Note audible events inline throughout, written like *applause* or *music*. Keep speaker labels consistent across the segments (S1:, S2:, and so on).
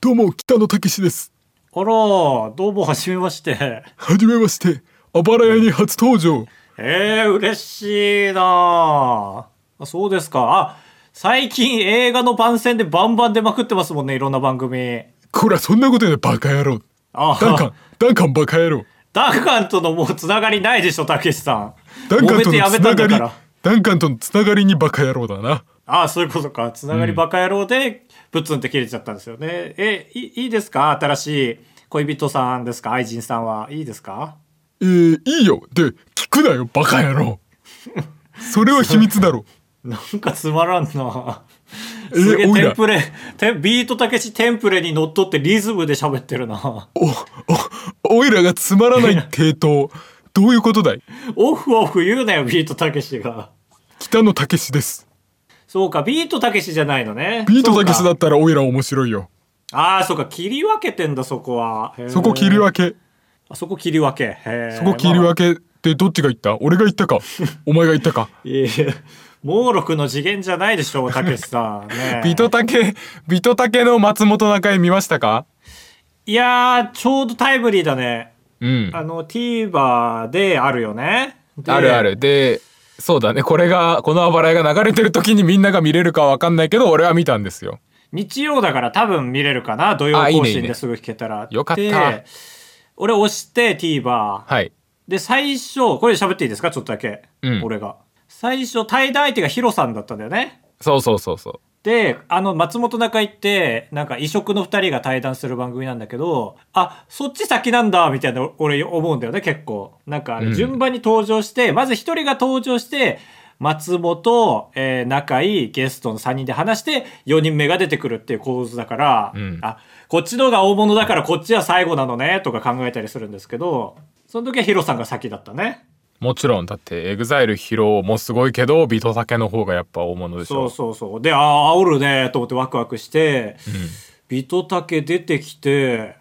S1: どうも北野武です
S2: あら、どうも、はじめまして。
S1: はじめましてあばら屋に初登場
S2: えー、嬉しいなああそうですか。あ、最近映画の番宣でバンバン出まくってますもんね、いろんな番組。
S1: こらそんなこと言うなバカ野郎
S2: あ
S1: ダンカンダンカンバカ野郎
S2: ダンカンとのもうつながりないでしょ、たけしさん。
S1: ダン
S2: 揉
S1: カン
S2: め
S1: と
S2: て
S1: の
S2: やめ
S1: つな
S2: た
S1: ん
S2: だ
S1: が
S2: か
S1: り
S2: ら。
S1: ダンカンとのつながりにバカ野郎だな
S2: ああ、そういうことか。つながりバカ野郎で、ぶつんって切れちゃったんですよね。え、いいいですか新しい恋人さんですか愛人さんは。いいですか
S1: えー、いいよで聞くなよバカ野郎それは秘密だろ
S2: なんかつまらんな。
S1: え
S2: すげえ
S1: おい
S2: テ
S1: ら
S2: ンプレ、テンビートたけしテンプレにのっとってリズムで喋ってるな。 *laughs*
S1: おおいらがつまらない抵当どういうことだい
S2: オフオフ言うなよ、ビートたけしが。
S1: 北野武です
S2: そうか、ビートたけしじゃないのね。
S1: ビート武だ
S2: そう
S1: ったらおいら面白いよ
S2: かああ、そうか、切り分けてんだ、そこは。へー
S1: そこ切り分け
S2: あそこ切り分け。へー
S1: そこ切り
S2: まあ
S1: 分けってどっちが言った俺が言
S2: *laughs*
S1: ったかお前が言ったか
S2: いやいや、猛録の次元じゃないでしょ、たけし
S1: *laughs*
S2: さん。ねえ
S1: ビトタケビトタケの松本中井見ましたか
S2: いやー、ちょうどタイムリーだね。
S1: うん
S2: あの、TVer であるよね。で
S1: あるあ。るでそうだねこれがこのあばら屋が流れてる時にみんなが見れるかわかんないけど俺は見たんですよ
S2: 日曜だから多分見れるかな土曜
S1: あいい
S2: 更
S1: ねいい
S2: 新
S1: ね
S2: ですぐ聞けたら
S1: よかった
S2: で俺押して TVer
S1: はい
S2: で最初これ喋っていいですかちょっとだけ、
S1: うん
S2: 俺が最初対談相手がヒロさんだったんだよね
S1: そうそうそうそう
S2: であの松本中井ってなんか異色の2人が対談する番組なんだけどあそっち先なんだみたいな俺思うんだよね結構なんかあれ
S1: うん
S2: 順番に登場して、まず1人が登場して松本、えー中井ゲストの3人で話して4人目が出てくるっていう構図だから、
S1: うん
S2: あこっちの方が大物だからこっちは最後なのねとか考えたりするんですけどその時はヒロさんが先だったね。
S1: もちろんだってエグザイルヒロもすごいけどビトタケの方がやっぱ大物でし
S2: そ
S1: ょ
S2: うそうそうでああ煽るねと思ってワクワクして、ビトタケ出てきて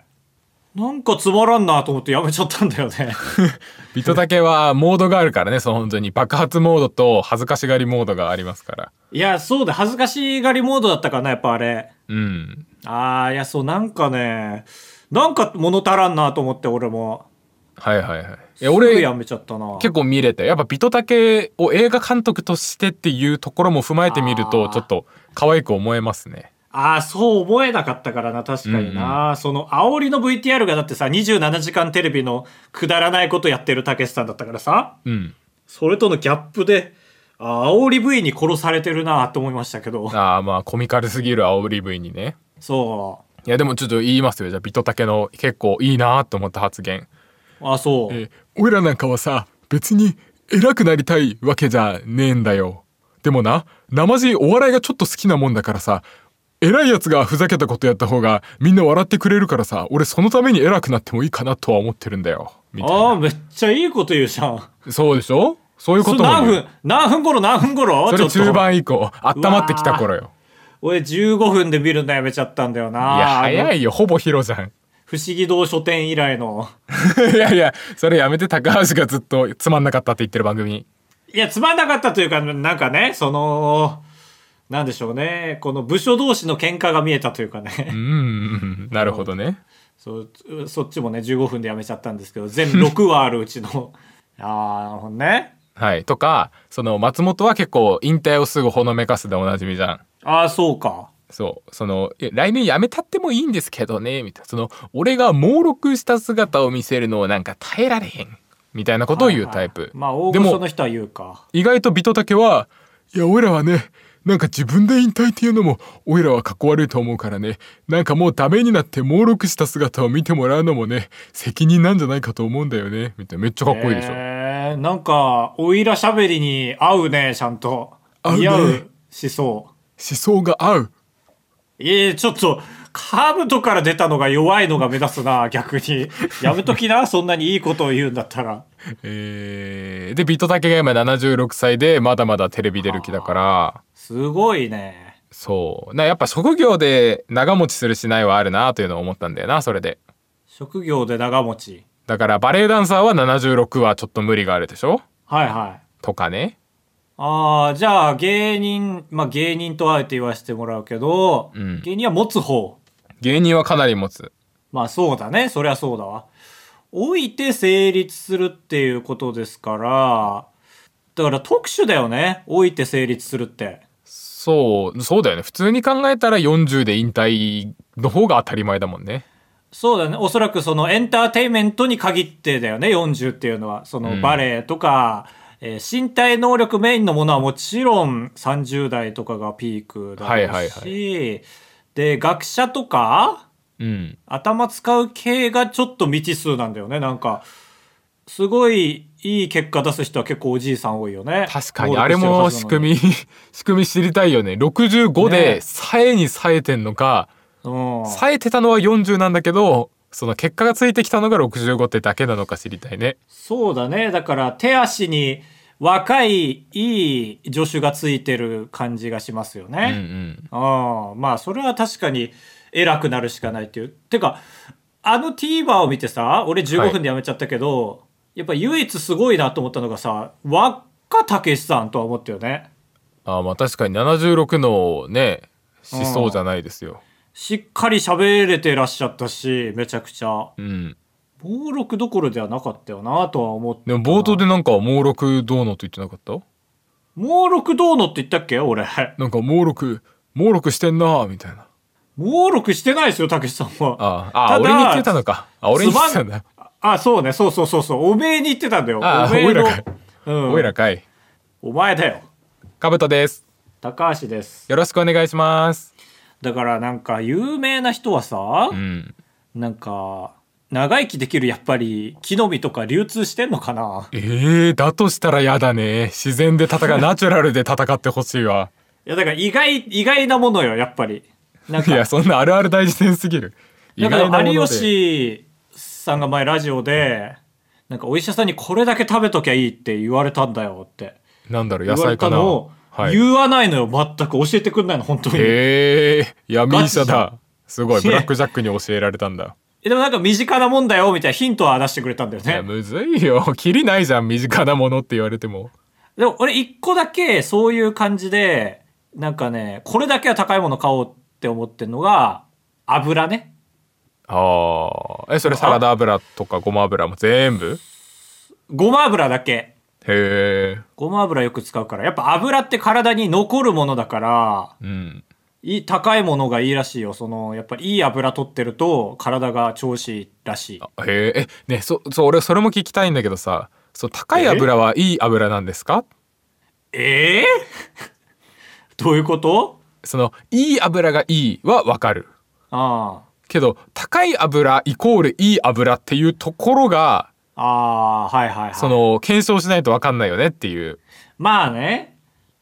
S2: なんかつまらんなと思ってやめちゃったんだ
S1: *laughs*
S2: よね
S1: ビトタケはモードがあるからねその本当に爆発モードと恥ずかしがりモードがありますから
S2: いやそうだ恥ずかしがりモードだったかなやっぱあれ
S1: うん
S2: ああいやそうなんかねなんか物足らんなと思って俺も
S1: はいはいはいいや
S2: すぐ
S1: 俺
S2: やめちゃったな
S1: 結構見れてやっぱビトタケを映画監督としてっていうところも踏まえてみると
S2: あー
S1: ちょっと可愛く思えますね
S2: ああそう思えなかったからな確かにな、その煽りの VTR がだってさ27時間テレビのくだらないことやってるたけしさんだったからさ
S1: うん
S2: それとのギャップで、あ煽り V に殺されてるなと思いましたけど。
S1: ああまあコミカルすぎる煽り V にね
S2: そ
S1: いやでもちょっと言いますよじゃあビトタケの結構いいなと思った発言
S2: う。あ、そう。
S1: 俺らなんかはさ別に偉くなりたいわけじゃねえんだよでもな生地お笑いがちょっと好きなもんだからさ偉いやつがふざけたことやった方がみんな笑ってくれるからさ俺そのために偉くなってもいいかなとは思ってるんだよみたいな
S2: ああ、めっちゃいいこと言うじゃん。
S1: そうでしょそういうこ
S2: それ
S1: とも
S2: 何
S1: 言う
S2: 分、何分頃何分頃
S1: そ
S2: ちょ
S1: れ
S2: っ
S1: 中
S2: と。
S1: 盤以降温まってきた頃よ
S2: 俺15分で見るのやめちゃったんだよ
S1: い
S2: な。
S1: や早
S2: い。
S1: いよほぼヒロじゃん *laughs*
S2: 不思議堂書店以来の。
S1: いやいやそれやめて高橋がずっとつまんなかったって言ってる番組
S2: いや、つまんなかったというか、なんかね、その、なんでしょうね。この部署同士の喧嘩が見えたというかね。
S1: うんうんうんなるほどね
S2: *laughs* そうそっちもね、15分でやめちゃったんですけど、全6話あるう
S1: *laughs*
S2: ちの。ああ、なるほどね。
S1: はいとかその松本は結構引退をすぐほのめかすでおなじみじゃん
S2: ああ、そうか。
S1: そうそのいや来年やめたってもいいんですけどねみたいなその俺が猛録した姿を見せるのをなんか耐えられへんみたいなことを言うタイプ、
S2: はいはいまあ、大
S1: で
S2: 御
S1: も
S2: 所の人は言うか。
S1: 意外とビトタケは「いや俺らはねなんか自分で引退っていうのも俺らはかっこ悪いと思うからねなんかもうダメになって猛録した姿を見てもらうのもね責任なんじゃないかと思うんだよね」みたいなめっちゃかっこいいでしょ。
S2: えー、なんか、おいらしゃべりに合うね、ちゃんと。
S1: 合うね
S2: 似合うしそ
S1: 思想が合う
S2: う。いえ、ちょっと、カブトから出たのが弱いのが目立つな、逆
S1: *laughs*
S2: に。やめときな、そんなにいいことを言うんだったら。
S1: えー、でビトタケが今76歳でまだまだテレビ出る気だから
S2: すごいね。
S1: そうなやっぱ職業で長持ちするしないはあるなというのを思ったんだよなそれで
S2: 職業で長持ち。
S1: だからバレエダンサーは76はちょっと無理があるでしょ
S2: はいはい。
S1: とかね
S2: ああ、じゃあ芸人、まあ芸人とあえて言わせてもらうけど、
S1: うん
S2: 芸人は持つ方。
S1: 芸人はかなり持つ
S2: まあそうだね。そりゃそうだわ。置いて成立するっていうことですから、だから特殊だよね。置いて成立するって。
S1: そうそうだよね普通に考えたら40で引退の方が当たり前だもんね
S2: そうだね。おそらくそのエンターテインメントに限ってだよね。40っていうのは。そのバレエとか、えー身体能力メインのものはもちろん30代とかがピークだろう
S1: は
S2: し、
S1: いはいは
S2: で、学者とか、
S1: うん
S2: 頭使う系がちょっと未知数なんだよねなんかすごいいい結果出す人は結構おじいさん多いよね
S1: 確かにあれも仕組
S2: み、
S1: み *laughs* 仕組み知りたいよね65
S2: ね
S1: でさえにさえてんのか
S2: うん、
S1: 冴えてたのは40なんだけどその結果がついてきたのが65ってだけなのか知りたいね
S2: そうだねだから手足に若いいい助手がついてる感じがしますよ
S1: うんう
S2: ね、
S1: ん
S2: ああまあそれは確かに偉くなるしかないっていうてかあの TVer を見てさ俺
S1: はい
S2: 15分でやめちゃったけど、やっぱ唯一すごいなと思ったのがさ若武さんとは思ったよね
S1: あーまあ確かに76のねしそうじゃないですよ
S2: しっかり喋れてらっしゃったしめちゃくちゃ
S1: うん
S2: 暴録どころではなかったよなとは思って
S1: でも冒頭でなんか猛録どうのと言ってなかった
S2: 暴録どうのって言ったっけ俺
S1: なんか猛録猛録してんなーみたいな
S2: 暴録してないですよたけしさん
S1: あー
S2: は
S1: あー
S2: ただ
S1: 俺に言ってたのかあ俺に言ってたんだ
S2: あそうねそうそうそうそうおめえに言ってたんだよ
S1: ああ
S2: おめえ
S1: お
S2: の
S1: いらかい
S2: うん、
S1: おいらかい
S2: お前だよ
S1: かぶとです
S2: 高橋です
S1: よろしくお願いします
S2: だからなんか有名な人はさ
S1: う、ん
S2: なんか長生きできるやっぱり木の実とか流通してんのかな
S1: えー、だとしたらやだね自然で戦うナチュラルで戦ってほしいわ
S2: いやだから意外意外なものよやっぱりなん
S1: い
S2: か
S1: やそんなあるある大事点すぎる意
S2: な
S1: 外
S2: ん
S1: な
S2: か
S1: もので
S2: 有吉さんが前ラジオで、なんかお医者さんにこれだけ食べときゃいいって言われたんだよって
S1: なんだろう
S2: 言
S1: 野
S2: われ
S1: 菜
S2: た
S1: か
S2: のを
S1: なはい
S2: 言わないのよ、全く教えてくんないの本当に、
S1: へえ闇医者
S2: ガチじゃ
S1: だすごい
S2: い
S1: ブ
S2: や
S1: ラックジャックに教えられたんだ
S2: えでもなんか身近なもんだよみたいなヒントは出してくれたんだよ
S1: いや
S2: ね
S1: むずいよキリないじゃん身近なものって言われても
S2: でも俺一個だけそういう感じでなんかねこれだけは高いもの買おうって思ってんのが油ね
S1: ああえそれサラダ油とかごま油も全部
S2: ごま油だけ
S1: へえ
S2: ごま油よく使うからやっぱ油って体に残るものだから
S1: うん
S2: いい高いものがいいらしいよそのやっぱりいい油取ってると体が調子いいらしい
S1: へええねそそう俺それも聞きたいんだけどさそう高い油はいい油なんですか
S2: ええ *laughs* どういうこと
S1: そのいい油がいいはわかる
S2: あ
S1: けど高い油イコールいい油っていうところが
S2: あああはいはいはい
S1: その検証しないとわかんないよねっていう
S2: まあね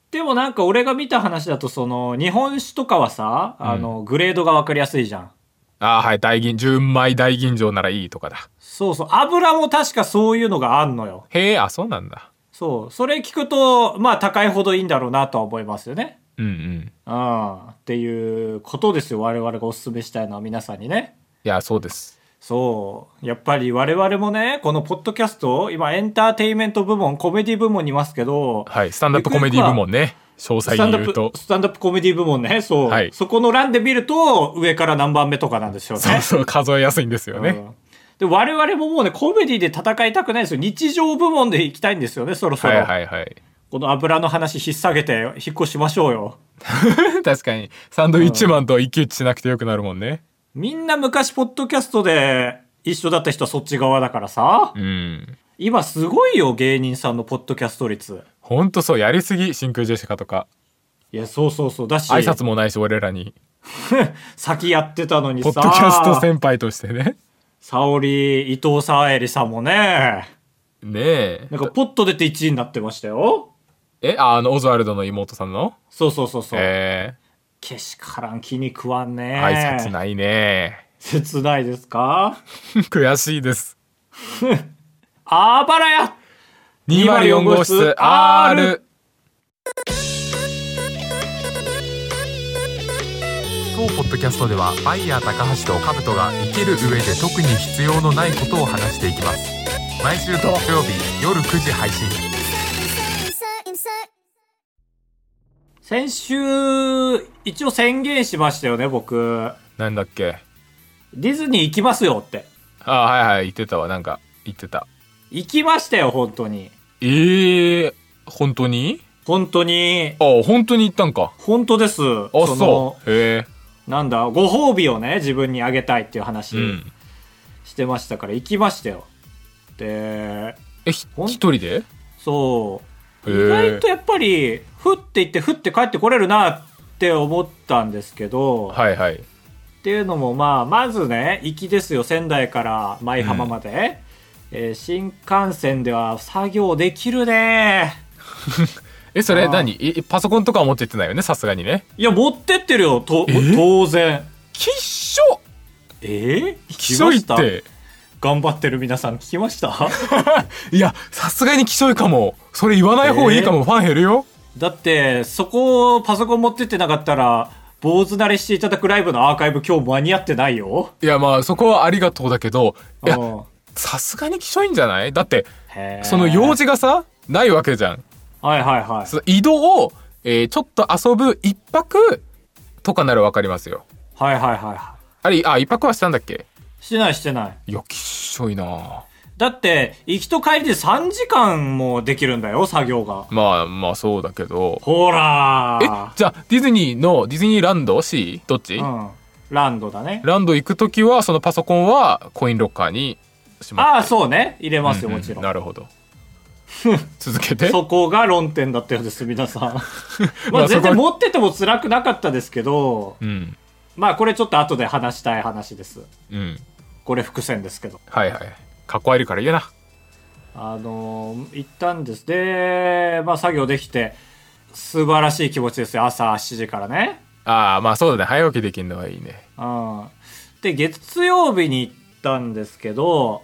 S2: でもなんか俺が見た話だとその日本酒とかはさあの、グレードが分かりやすいじゃん
S1: ああはい大吟純米大吟醸ならいいとかだ
S2: そうそう油も確かそういうのがあんのよ
S1: へえあそうなんだ
S2: そうそれ聞くとまあ高いほどいいんだろうなとは思いますよね
S1: うんうん
S2: うんっていうことですよ我々がおすすめしたいのは皆さんにね
S1: いやそうです
S2: そう。やっぱり我々もね、このポッドキャスト、今エンターテインメント部門、コメディ部門にいますけど、
S1: はいスタンダップコメディ部門ね詳細
S2: スタン
S1: に
S2: ダ
S1: 言う
S2: ッ
S1: と
S2: プ、スタンダップコメディ部門ね、そう。
S1: はい
S2: そこの欄で見ると、上から何番目とかなんですよね。
S1: そうそう数えやすいんですよね、
S2: *laughs* うんで、我々ももうね、コメディで戦いたくないですよ。日常部門で行きたいんですよね、そろそ
S1: は
S2: ろ。
S1: いはいはい
S2: この油の話引っ提げて、引っ越しましょうよ。
S1: 確かにサンドウィッチマンと一騎打ちしなくてよくなるもんね
S2: みんな昔、ポッドキャストで一緒だった人はそっち側だからさ。
S1: うん
S2: 今すごいよ、芸人さんのポッドキャスト率。
S1: ほんとそうやりすぎ真空ジェシカとか
S2: いや、そうそうそう。だし、
S1: 挨拶もないし俺らに
S2: 先やってたのに
S1: ポ
S2: さ、
S1: ッドキャスト先輩としてね
S2: 沙織、伊藤沙絵里さんもね、
S1: ねえ
S2: なんかポッと出て1位になってましたよ。
S1: えああのオズワルドの妹さんの
S2: そうそうそうそう。
S1: え
S2: けしからん気に食わん
S1: え
S2: ね。
S1: 挨拶
S2: い。
S1: ないね *laughs*
S2: 切ないですか
S1: 悔しいです
S2: あばらや
S1: 204号室 R 当ポッドキャストではバイヤー高橋とカブトが生きる上で特に必要のないことを話していきます毎週土曜日夜9時配信
S3: insert, insert.
S2: 先週、一応宣言しましたよね、僕。
S1: なんだっけ
S2: ディズニー行きますよって。
S1: あはいはい言ってたわなんか言ってた
S2: 行きましたよ、本当に。
S1: ええー、本当に
S2: 本当に。
S1: あ本当に行ったんか
S2: 本当です。あ
S1: あそうへ
S2: なんだ、ご褒美をね、自分にあげたいっていう
S1: え
S2: 話
S1: うん
S2: してましたから、行きましたよ。で、
S1: えひ
S2: ほん
S1: 一人で
S2: そう。
S1: へ
S2: 意
S1: ー
S2: 外とやっぱり、ふって行って、ふって帰ってこれるなって思ったんですけど、
S1: はいはい
S2: っていうのも、まあ、まずね、行きですよ、仙台から舞浜まで。えー新幹線では作業できるね
S1: えそれ
S2: あー
S1: 何いパソコンとかは持ってってないよねさすがにね
S2: いや、持ってってるよ、と
S1: え
S2: 当然。
S1: きっしょ
S2: えー、
S1: きしょいっ
S2: 聞きましてた頑張ってる皆さん聞きました
S1: いやさすがにきしょいかもそれ言わない方がいいかも、ファン減るよ
S2: だって、そこをパソコン持ってってなかったら、坊主慣れしていただくライブのアーカイブ今日間に合ってないよ。
S1: いやまあそこはありがとうだけどいや
S2: うん
S1: さすがにきしょいんじゃないだって
S2: へー
S1: その用事がさないわけじゃん
S2: はいはいはい。
S1: その移動を、えーちょっと遊ぶ一泊とかならわかりますよ
S2: はいはいはいは
S1: あれあ一泊はしたんだっけ
S2: い。してないしてない。
S1: いやきっしょいな
S2: だって、行きと帰りで3時間もできるんだよ、作業が。
S1: まあまあそうだけど
S2: ほ
S1: え
S2: ら
S1: じゃあディズニーのディズニーランド C どっち、
S2: ー。うん。ランドだね。
S1: ランド行くときはそのパソコンはコインロッカーにしま
S2: ああ、そうね。入れますよ、もちろん。
S1: なるほ
S2: *laughs*
S1: ど続けて
S2: そこが論点だったようです、
S1: *laughs*
S2: 皆さん。ま
S1: ま
S2: あ
S1: あそ
S2: 全
S1: こ
S2: 然持ってても辛くなかったですけど、
S1: うん
S2: まあこれちょっと後で話したい話です。
S1: うん
S2: これ伏線ですけど。
S1: はいはいかっこ悪いから嫌な
S2: あのー行ったんです。で、まあ作業できて、素晴らしい気持ちですよ、朝7時からね。
S1: ああまあそうだね早起きできるのはいいね
S2: うん。で、月曜日に行ったんですけど、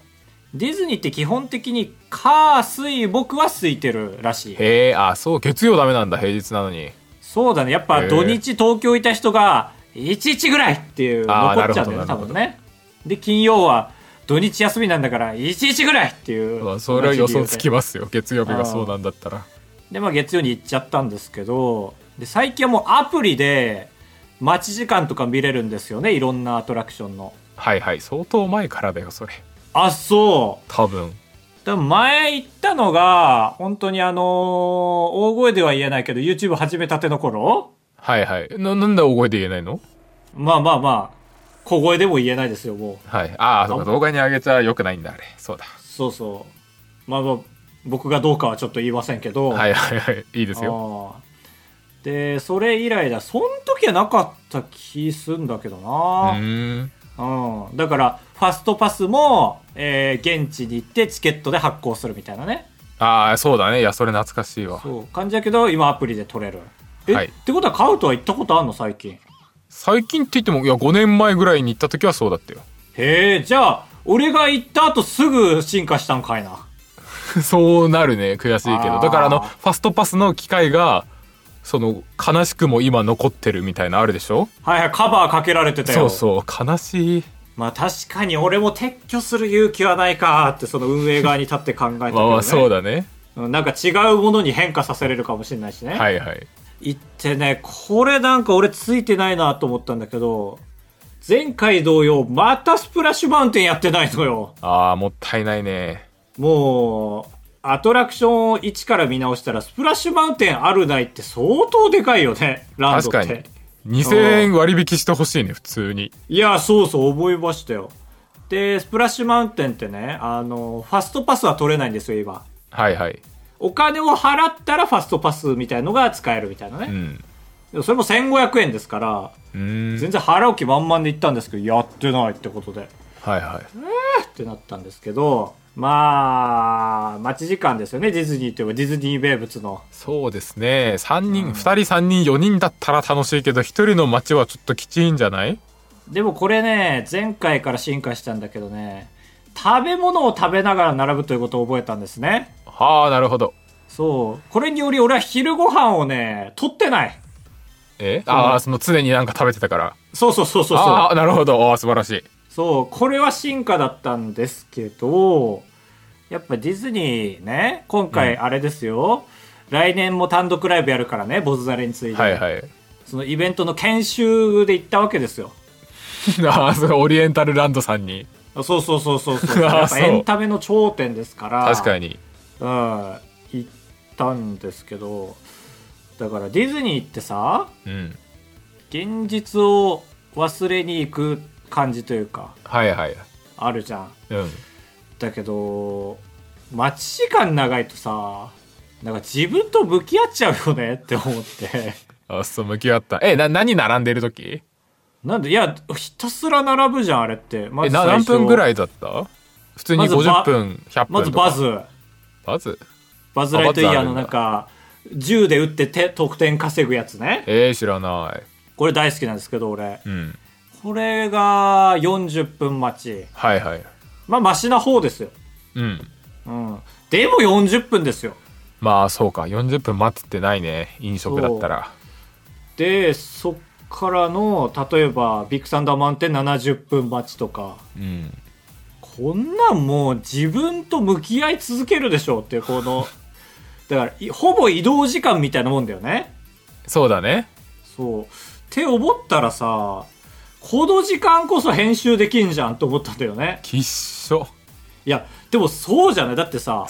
S2: ディズニーって基本的に火、水、木は空いてるらしい。
S1: へえああそう月曜ダメなんだ平日なのに
S2: そうだね。やっ
S1: へ
S2: ぱ
S1: え
S2: 土日東京いた人が、11ぐらいっていう
S1: あー
S2: 残っちゃうんだよ
S1: な
S2: ね、多
S1: るほど
S2: 分ね。で、金曜は土日休みなんだから、11ぐらいっていう。
S1: まあそれは予想つき
S2: ま
S1: ますよ月曜日がそうなんだったら
S2: で、まあ月曜に行っちゃったんですけど、で、最近はもうアプリで、待ち時間とか見れるんですよね、いろんなアトラクションの。
S1: はいはい相当前からだよそれ
S2: あ、そう。
S1: 多分
S2: 多分前言ったのが、本当にあのー大声では言えないけど、YouTube 始めたての頃
S1: はいはいななんで大声で言えないの
S2: まあまあまあ、小声でも言えないですよ、もう。
S1: はいああそうか動画に上げちゃよくないんだあれそうだ
S2: そうそう。まあまあ、僕がどうかはちょっと言いませんけど。。
S1: はいいはいはいいいですよ
S2: で、それ以来だ、そん時はなかった気すんだけど
S1: う
S2: な。
S1: ーん
S2: うん。だから、ファストパスも、えー現地に行ってチケットで発行するみたいなね。
S1: ああそうだねいやそれ懐かしいわ
S2: そう。感じだけど、今アプリで取れる。え、
S1: はい
S2: ってことは買うとは行ったことあんの、最近。
S1: 最近って言ってもいや5年前ぐらいに行った時はそうだったよ *laughs*
S2: へえ、じゃあ、俺が行った後すぐ進化したんかいな。
S1: そうなるね悔しいけ
S2: あ
S1: ど
S2: ー
S1: だからあのファストパスの機会がその悲しくも今残ってるみたいなあるでしょ
S2: はいはい、カバーかけられてた
S1: そ
S2: よ。
S1: うそう悲しい
S2: まあ確かに俺も撤去する勇気はないかって、その運営側に立って考えたけど、ね。
S1: まあまあそうだね
S2: うんなんか違うものに変化させれるかもしれないしね。
S1: はいはい
S2: 行ってね、これなんか俺ついてないなと思ったんだけど、前回同様、またスプラッシュマウンテンやってないのよ。
S1: ああもったいないね
S2: もう、アトラクションを1から見直したら、スプラッシュマウンテンあるないって相当でかいよね、ランド
S1: 確
S2: って。
S1: かに2000円割引してほしいね普通に
S2: いや、そうそう、思いましたよ。で、スプラッシュマウンテンってね、あの、ファストパスは取れないんですよ、今。
S1: はいはい
S2: お金を払ったらファストパスみたいのが使えるみたいな
S1: う
S2: ね。
S1: ん
S2: でもそれも1500円ですから、
S1: うーん
S2: 全然払う気満々で行ったんですけど、やってないってことで。
S1: はいはい
S2: ってなったんですけど、まあ、待ち時間ですよね、ディズニーといえばディズニー名物の。
S1: そうですね3人、2人3人4人だったら楽しいけど1人の街はちょっときちいんじゃない
S2: でもこれね、前回から進化したんだけどね、食べ物を食べながら並ぶということを覚えたんですね。
S1: はあなるほど
S2: そう。これにより俺は昼ご飯をね、取ってない。
S1: え
S2: の
S1: ああその常になんか食べてたから
S2: そうそうそうそう
S1: あ
S2: そ
S1: あ
S2: う。
S1: なるほどああ素晴らしい
S2: そう、これは進化だったんですけど、やっぱディズニーね、今回あれですよ。来年も単独ライブやるからね、ボズザレについて。
S1: はいはい *laughs*
S2: そのイベントの研修で行ったわけですよ。
S1: ああ、そう、オリエンタルランドさんに。
S2: そうそうそうそうそう
S1: *laughs* あー
S2: やっぱエ
S1: そう
S2: ンタメの頂点ですから
S1: 確かに。
S2: うん行ったんですけどだからディズニーってさ
S1: うん。
S2: 現実を忘れに行く感じというか
S1: はいはい。
S2: あるじゃん
S1: うん。
S2: だけど待ち時間長いとさなんか自分と向き合っちゃうよねって思って *laughs*
S1: あ、そう、向き合った。え、な、何並んでる時
S2: なんでいやひたすら並ぶじゃんあれってま
S1: え、
S2: ず
S1: な、
S2: 最
S1: 何
S2: 初
S1: 分ぐらいだった普通に
S2: まずバ
S1: 50分、100分とか。
S2: まずバ。ズ
S1: バズ
S2: バズライトイヤーの
S1: あ
S2: な
S1: バズあるんだ
S2: んか銃で撃って手得点稼ぐやつね
S1: えー、知らない。
S2: これ大好きなんですけど俺
S1: うん。
S2: これが40分待ち
S1: はいはい。
S2: まあマシな方ですよ、
S1: うん。
S2: うん、でも40分ですよ
S1: まあ、そうか。40分待っててないね。飲食だったら。
S2: でそっからの例えばビッグサンダーマウンテン70分待ちとか
S1: うん。
S2: こんなんもう自分と向き合い続けるでしょうっていうこ *laughs* のだからいほぼ移動時間みたいなもんだよね
S1: そうだね。
S2: そうって思ったらさこの時間こそ編集できんじゃんと思ったんだよね
S1: きっしょ。
S2: いやでもそうじゃないだってさ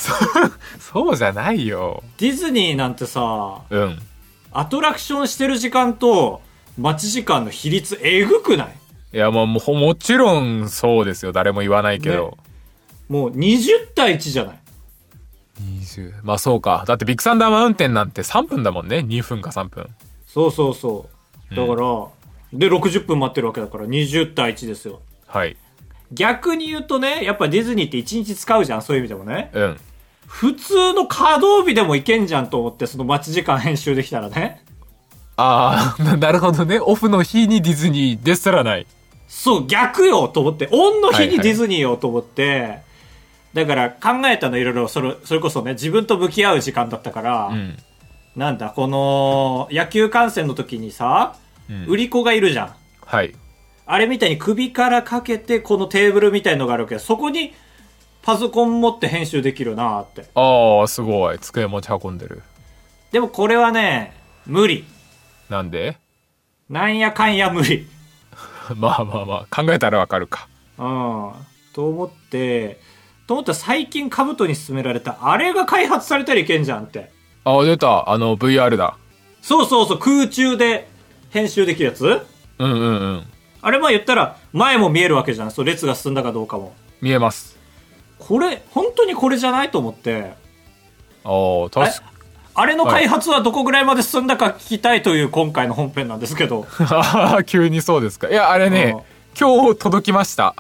S1: そうじゃないよ。
S2: ディズニーなんてさ
S1: うん。
S2: アトラクションしてる時間と待ち時間の比率えぐくない
S1: いや、まあ、もうほ、もちろんそうですよ。誰も言わないけど。
S2: もう20対1じゃない
S1: 20。まあ、そうか。だって、ビッグサンダーマウンテンなんて3分だもんね。2分か3分。
S2: そうそうそうだから、で60分待ってるわけだから20対1ですよ
S1: はい。
S2: 逆に言うとねやっぱディズニーって1日使うじゃんそういう意味でもね
S1: うん。
S2: 普通の稼働日でもいけんじゃんと思ってその待ち時間編集できたらね
S1: あ *laughs* あ、ななるほどね。オフの日にディズニーですらない。
S2: そう逆よと思ってオンの日
S1: はい
S2: に
S1: はい
S2: ディズニーよと思って、だから考えたのいろいろそれそれこそね自分と向き合う時間だったから、
S1: うん。
S2: なんだこの野球観戦の時にさ、
S1: うん
S2: 売り子がいるじゃん
S1: はい。
S2: あれみたいに首からかけてこのテーブルみたいのがあるけどそこにパソコン持って編集できるなーって
S1: ああ、すごい。机持ち運んでる。
S2: でもこれはね無理
S1: なんで *laughs*
S2: なんやかんや無理
S1: まあまあまあ、考えたらわかるか。
S2: うんと思ってと思ったら最近カブトに勧められたあれが開発されたらいけんじゃんって
S1: ああ、出た。あの、VR だ。
S2: そうそうそう空中で編集できるやつ
S1: うんうんうん。
S2: あれまあ言ったら前も見えるわけじゃんそう列が進んだかどうかも
S1: 見えます。
S2: これ本当にこれじゃないと思って
S1: ああ、確か
S2: あれの開発はどこぐらいまで進んだか聞きたいという今回の本編なんですけ
S1: *laughs*
S2: ど
S1: あー急にそうですか。いや、あれ
S2: あー
S1: ね、今日届きました。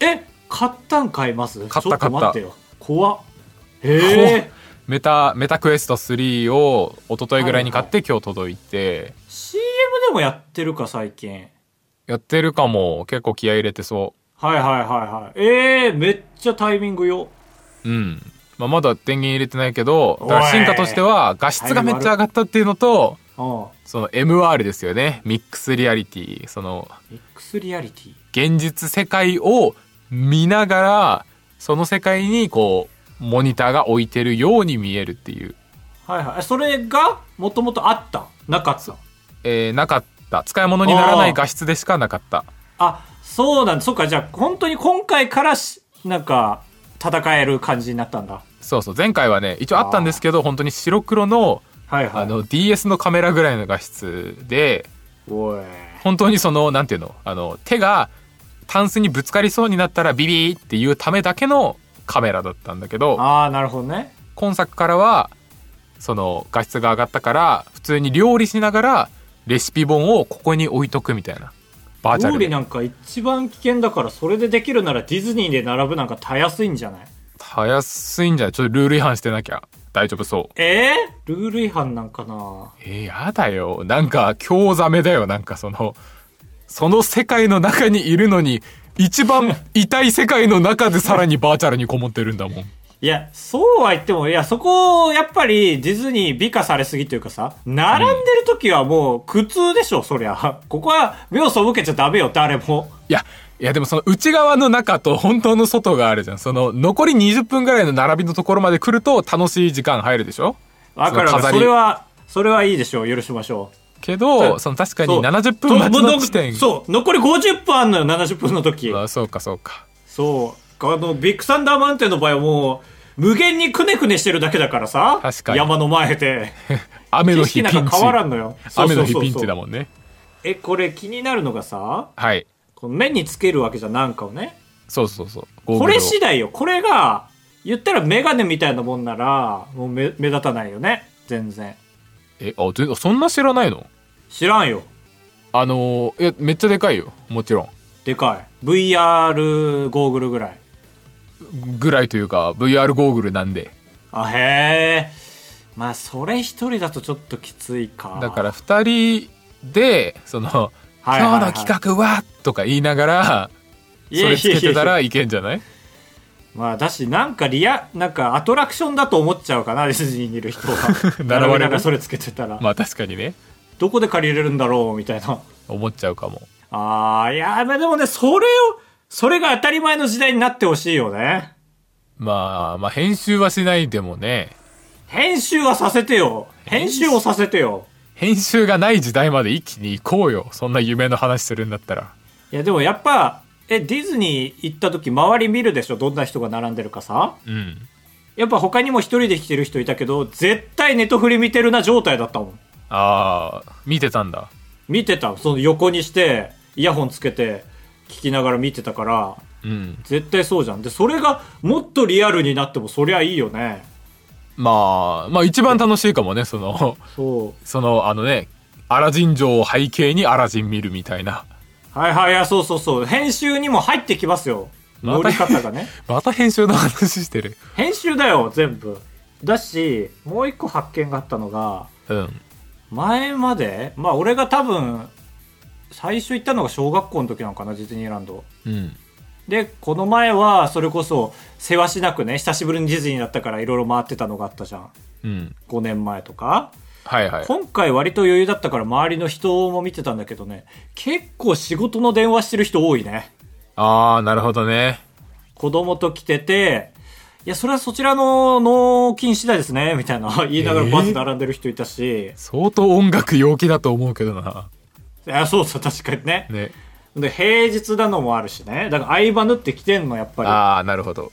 S2: え買ったん買います
S1: 買った
S2: ちょっと
S1: 買っ
S2: 待
S1: た
S2: ってよ怖っへえ
S1: *laughs* メタ、メタクエスト3を一昨日ぐらいに買って今日届いて、
S2: CM でもやってるか最近
S1: やってるかも、結構気合い入れてそ
S2: はいはいはいはいええめっちゃタイミングよ
S1: う。うん。まあ、まだ電源入れてないけど、だか
S2: おい
S1: ら進化としては画質がめっちゃ上がったっていうのと、
S2: うん
S1: その MR ですよね。ミックスリアリティ。その、
S2: X リアリティ
S1: 現実世界を見ながら、その世界にこう、モニターが置いてるように見えるっていう。
S2: はいはいえそれがもともとあったなかった
S1: えー、なかった。使い物にならない画質でしかなかった。
S2: あそうなんだそっかじゃあ本当に今回からしなんか戦える感じになったんだ
S1: そうそう前回はね一応あったんですけど本当に白黒の
S2: はいはい
S1: あの DS のカメラぐらいの画質で
S2: おい
S1: 本当にそのなんていうのあの手がタンスにぶつかりそうになったらビビーっていうためだけのカメラだったんだけど
S2: ああなるほどね
S1: 今作からはその画質が上がったから普通に料理しながらレシピ本をここに置いとくみたいなバーチャ
S2: 料
S1: ル
S2: 理
S1: で
S2: なんか一番危険だからそれでできるならディズニーで並ぶなんかたやすいんじゃない
S1: たやすいんじゃないちょっとルール違反してなきゃ大丈夫そう
S2: えー、ルール違反なんかな
S1: えー、やだよ。なんか、興ざめだよ。なんかその、その世界の中にいるのに、一
S2: *laughs*
S1: 番痛い世界の中でさらにバーチャルにこもってるんだもん。
S2: いやそうは言ってもいやそこをやっぱりディズニー美化されすぎというかさ並んでる時はもう苦痛でしょ、そりゃ *laughs* ここは目を背けちゃダメよ誰も
S1: いや、いやでもその内側の中と本当の外があるじゃん。その残り20分ぐらいの並びのところまで来ると楽しい時間入るでしょ
S2: わかる
S1: そ
S2: わ
S1: の飾
S2: かる
S1: り
S2: それはそれはいいでしょう許しましょう
S1: け
S2: そ
S1: ど
S2: う
S1: その確かに
S2: そう
S1: 70分待ちの地点
S2: そう残り50分あんのよ70分の時
S1: あそうかそうか
S2: そうあのビッグサンダーマウンテンの場合はもう無限にくねくねしてるだけだからさ
S1: 確かに
S2: 山の前で
S1: 雨の
S2: 景
S1: 日
S2: 色
S1: ピン
S2: なん
S1: チ
S2: か変わらんのよ
S1: 雨の日
S2: そうそうそうそう
S1: ピンチだもんね
S2: えこれ気になるのがさ
S1: はい
S2: この目につけるわけじゃんなんかをね
S1: そうそうそう
S2: これ次
S1: だ
S2: 第よこれが言ったら眼鏡みたいなもんならもう目目立たないよね全然
S1: えあ全然そんな知らないの
S2: 知らんよ
S1: あのーいやめっちゃでかいよもちろん
S2: でかい VR ゴーグルぐらい
S1: ぐらいというか VR ゴーグルなんで
S2: あへえまあそれ一人だとちょっときついか
S1: だから2人でその「
S2: はいはいは
S1: 今
S2: い
S1: 日の企画は!」とか言いながらそ
S2: いやいやいや
S1: れ
S2: いや
S1: つけてたらいけんじゃない
S2: まあだしなんかリアなんかアトラクションだと思っちゃうかなディズニーにいる
S1: *laughs*
S2: 人は
S1: なる
S2: 並
S1: ほど
S2: べながらそれつけてたら、
S1: まあ確かにね
S2: どこで借りれるんだろうみたいな
S1: 思っちゃうかも
S2: あーいやまあでもねそれをそれが当たり前の時代になってほしいよね
S1: まあまあ編集はしないでもね
S2: 編集はさせてよ編集をさせてよ
S1: 編集がない時代まで一気に行こうよそんな夢の話するんだったら
S2: いやでもやっぱえディズニー行った時周り見るでしょどんな人が並んでるかさ
S1: うん
S2: やっぱ他にも一人で来てる人いたけど絶対ネトフリ見てるな状態だったもん
S1: ああ見てたんだ
S2: 見てたその横にしてイヤホンつけて聞きながら見てたから
S1: うん
S2: 絶対そうじゃんでそれがもっとリアルになってもそりゃいいよね
S1: まあまあ一番楽しいかもねその
S2: そ
S1: そのあのねアラジン城を背景にアラジン見るみたいな
S2: うはいはいいやそうそうそう編集にも入ってきますよ
S1: ま
S2: 乗
S1: た
S2: り方がね
S1: また編集の話してる
S2: 編集だよ全部だしもう一個発見があったのが
S1: うん
S2: 前までまあ俺が多分最初行ったのが小学校の時なのかなディズニーランド
S1: うん
S2: でこの前はそれこそせわしなくね久しぶりにディズニーだったからいろいろ回ってたのがあったじゃん
S1: うん
S2: 5年前とか
S1: はいはい
S2: 今回割と余裕だったから周りの人も見てたんだけどね結構仕事の電話してる人多いね
S1: ああなるほどね
S2: 子供と来てていやそれはそちらの納金次第ですねみ
S1: *laughs*
S2: たいな言いながらバス並んでる人いたし、
S1: 相当音楽陽気だと思うけどない
S2: やそうそう確かにね
S1: ね
S2: で平日なのもあるしねだから合間縫ってきてんのやっぱ
S1: ああなるほど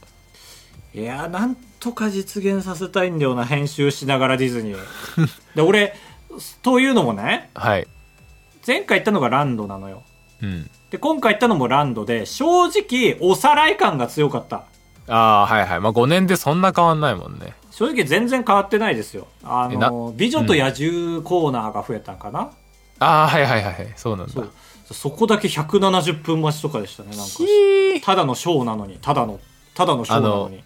S2: りいやなんとか実現させたいんだよな編集しながらディズニー *laughs* で俺というのもね
S1: はい
S2: 前回行ったのがランドなのよ
S1: うん
S2: で今回行ったのもランドで正直おさらい感が強かった
S1: ああはいはいまあ5年でそんな変わんないもんね
S2: 正直全然変わってないですよあ
S1: えな
S2: の美女と野獣コーナーが増えたんかな、
S1: ああはいはいはいはいそうなんだ
S2: そうそこだけ170分待ちとかでしたねなんかただのショーなのにただのただのショーなのに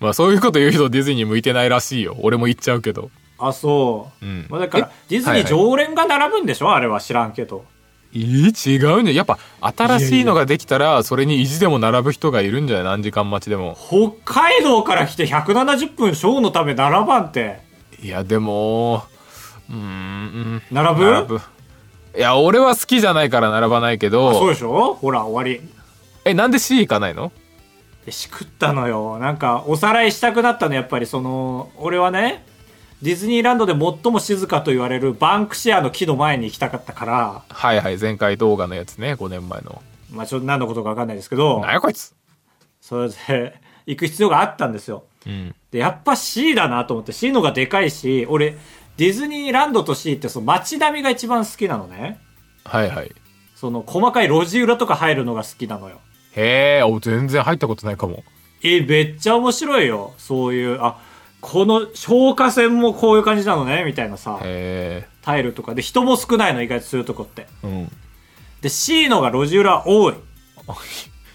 S1: まあそういうこと言う人ディズニー向いてないらしいよ俺も言っちゃうけど
S2: あそう、
S1: うん
S2: まあ、だから
S1: え
S2: ディズニー
S1: はいはい
S2: 常連が並ぶんでしょ、あれは知らんけど
S1: えー、違うねやっぱ新しいのができたらそれに意地でも並ぶ人がいるんじゃない何時間待ちでも
S2: 北海道から来て170分ショーのため並ばんって
S1: いやでもうーん
S2: 並ぶ
S1: 並ぶいや俺は好きじゃないから並ばないけ
S2: あそう
S1: ど
S2: でしょほら終わり
S1: えなんで C 行かないの
S2: でしくったのよなんかおさらいしたくなったのやっぱりその俺はねディズニーランドで最も静かと言われるバンクシアの木の前に行きたかったから
S1: はいはい前回動画のやつね5年前の
S2: まあちょっと何のことか分かんないですけど
S1: なんやこいつ
S2: それで行く必要があったんですよ
S1: うん
S2: でやっぱ C だなと思って C のがでかいし俺ディズニーランドと C ってその街並みが一番好きなのね
S1: はいはい
S2: その細かい路地裏とか入るのが好きなのよ
S1: へえお全然入ったことないかも
S2: えめっちゃ面白いよそういうあこの消火栓もこういう感じなのねみたいなさ
S1: へ
S2: タイルとかで人も少ないの意外とするとこって
S1: えうん *laughs*
S2: で C のが路地裏多い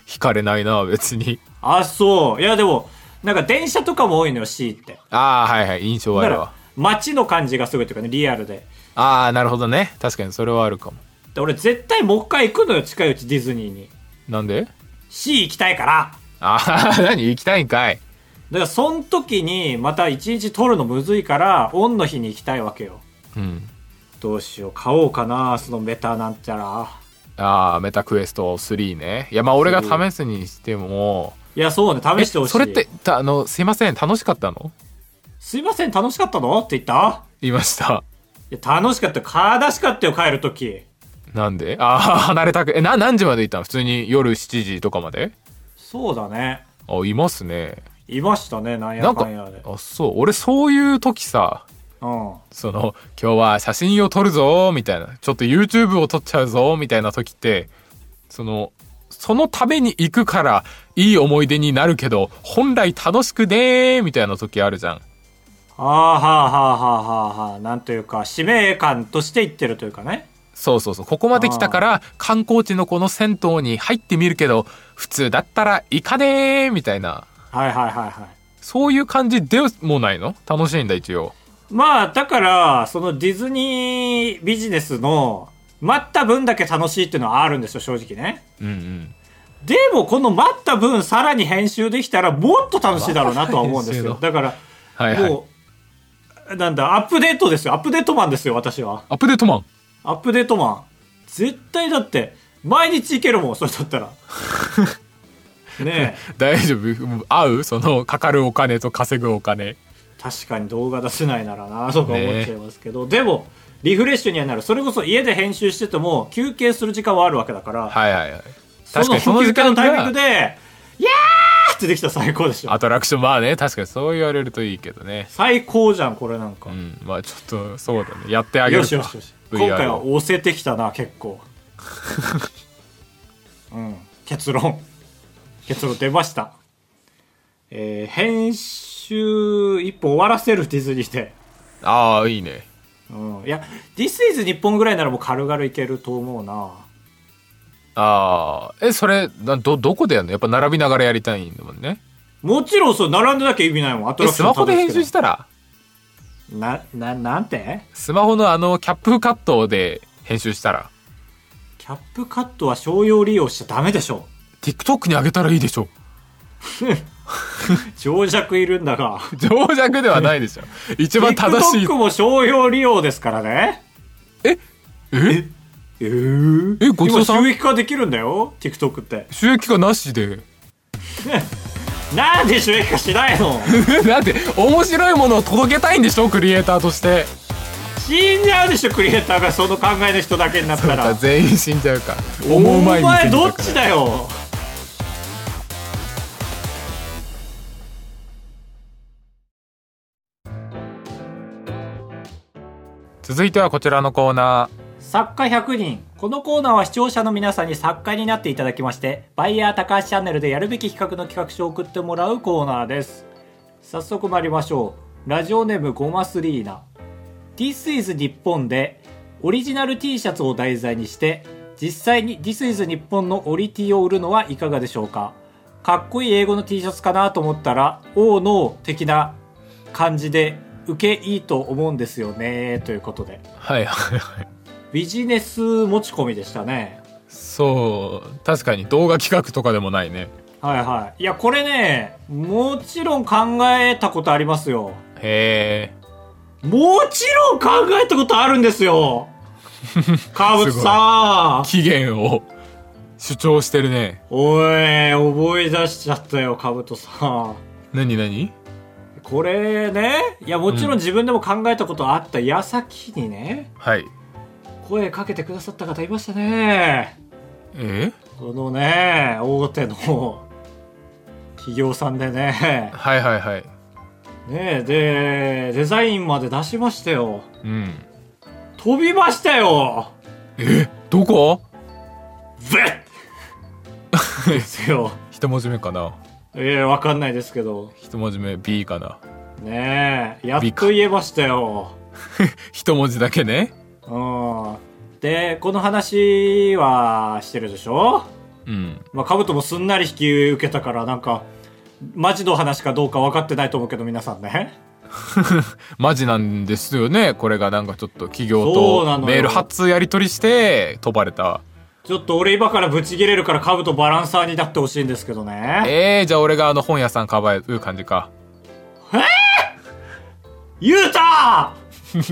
S1: 惹かれないな別に
S2: あそういやでもなんか電車とかも多いのよ C って
S1: ああはいはい印象
S2: だ
S1: はあ
S2: か
S1: る
S2: ら
S1: わ
S2: 街の感じがすごいというかねリアルで
S1: ああなるほどね確かにそれはあるかも
S2: で俺絶対もう一回行くのよ近いうちディズニーに
S1: なんで
S2: C 行きたいから
S1: ああ *laughs* 何行きたいんかい
S2: だからその時にまた一日取るのむずいからオンの日に行きたいわけよ
S1: うん
S2: どうしよう買おうかなそのメタなんちゃら
S1: ああメタクエスト3ねいやまあ俺が試すにしても
S2: いやそうね
S1: え
S2: 試してほしい
S1: それってたあのすいません楽しかったの
S2: すいません楽しかったのって言った
S1: 言いました *laughs*
S2: いや楽しかったよ悲しかったよ帰る時
S1: なんでああ、 *laughs* 離れたく、え、な、何時までいたの普通に夜7時とかまで
S2: そうだね
S1: あ、いますね。
S2: いましたねな
S1: な
S2: んや
S1: ん
S2: か
S1: か
S2: んやで、
S1: あ、そう、俺そういう時さ、
S2: うん、あ
S1: その、今日は写真を撮るぞ、みたいな、ちょっと YouTube を撮っちゃうぞ、みたいな時って、その、そのために行くから、いい思い出になるけど、本来楽しくねー、みたいな時あるじゃん。
S2: あはあはあはあはあはあなんというか使命感として言ってるというかね
S1: そうそうそう。ここまで来たから、観光地のこの銭湯に入ってみるけど、普通だったら行かねーみたいな。
S2: はいはいはいはい
S1: そういう感じでもないの楽しいんだ、一応。
S2: まあ、だから、そのディズニービジネスの、待った分だけ楽しいっていうのはあるんですよ、正直ね。
S1: うんうん。
S2: でも、この待った分、さらに編集できたら、もっと楽しいだろうなとは思うんですよ。
S1: ま
S2: だから、
S1: はいはい。
S2: もう、なんだ、アップデートですよ。アップデートマンですよ、私は。
S1: アップデートマン。
S2: アップデートマン。絶対だって、毎日行けるもん、それだ
S1: *laughs*
S2: ったら。ねえ、
S1: 大丈夫合うその、かかるお金と稼ぐお金。
S2: 確かに動画出せないならなとか思っちゃいますけど、でもリフレッシュにはなるそれこそ家で編集してても休憩する時間はあるわけだから、
S1: はいはいはい。
S2: そ
S1: 確か
S2: の
S1: にその
S2: 休
S1: 時
S2: 憩の
S1: 間
S2: タイミン
S1: が
S2: グで「いやー!」ってできたら最高でしょ
S1: アトラクション、まあね、確かにそう言われるといいけどね。
S2: 最高じゃんこれなんか、
S1: うん、まあちょっと、そうだね。やってあげる
S2: よ
S1: か。
S2: しよしよし
S1: VR を
S2: 今回は押せてきたな結
S1: *laughs*
S2: 構うん結論結論出ましたえー編集一本終わらせるディズニーで
S1: ああ、いいね。
S2: うん、いや「This is 日本」ぐらいならもう軽々いけると思うな
S1: ああ、え、それ、など、どこでやるのやっぱ並びながらやりたいんだもんね。
S2: もちろんそう並んでなきゃ意味ないもんアト
S1: え、
S2: ラクシ
S1: ス
S2: ョン
S1: マホで編集したたら、
S2: なななんて
S1: スマホのあの、キャップカットで編集したら、
S2: キャップカットは商用利用しちゃダメでしょ
S1: TikTok に上げたらいいでしょ。
S2: 情弱いるんだが
S1: 情弱ではないでしょ。一番正しい
S2: TikTok。も商用利用ですからね
S1: え
S2: えー、
S1: えごちそうさん
S2: 今収益化できるんだよ TikTok って
S1: 収益がなしで。 *laughs*
S2: なんで収益化しな
S1: *laughs*
S2: いの
S1: だって、面白いものを届けたいんでしょクリエイターとして。
S2: 死んじゃうでしょクリエイターがその考えの人だけになったら
S1: 全員死んじゃうか。
S2: お
S1: 思う前に死んじゃ
S2: 前
S1: うから
S2: どっちだよ
S1: 続いてはこちらのコーナ
S2: 作家100人このコーナーは視聴者の皆さんに作家になっていただきましてバイヤー高橋チャンネルでやるべき企画の企画書を送ってもらうコーナーです早速参りましょうラジオネームゴマスリーナ This is 日本でオリジナル T シャツを題材にして実際に This is 日本のオリ T を売るのはいかがでしょうかかっこいい英語の T シャツかなと思ったら Oh no 的な感じで受けいいと思うんですよねということで
S1: ー。はいはいはい。
S2: ビジネス持ち込みでしたね。
S1: そう、確かに動画企画とかでもないね。
S2: はいはい。いや、これね、もちろん考えたことありますよ。
S1: へえ。
S2: もちろん考えたことあるんですよ川淵さん
S1: 期限を主張してるね。
S2: おい、思い出しちゃったよ、カブトさん。
S1: 何何
S2: これね、いや、もちろん自分でも考えたことあった矢先にね、
S1: はい。
S2: 声かけてくださった方いましたね。
S1: え
S2: このね、大手の企業さんでね。
S1: はいはいはい。
S2: ねえでデザインまで出しましたよ
S1: うん。
S2: 飛びましたよ
S1: えどこ
S2: ベッですよ
S1: 一文字目かない
S2: やわかんないですけど
S1: 一文字目 B かな
S2: ねえやっ
S1: びっ
S2: と
S1: く
S2: 言えましたよ
S1: 一文字だけね。
S2: うんでこの話はしてるでしょ
S1: うん。 *laughs*
S2: まあカブトもすんなり引き受けたからなんかマジの話かどうか分かってないと思うけど皆さんね
S1: マジなんですよね。これがなんかちょっと企業
S2: そうな
S1: と
S2: のよ
S1: メール発通やり取りして飛ばれた。
S2: ちょっと俺今からブチ切れるからカブトバランサーになってほしいんですけどね
S1: えー、じゃあ俺があの本屋さんかばう感じか。 *laughs*
S2: ユータ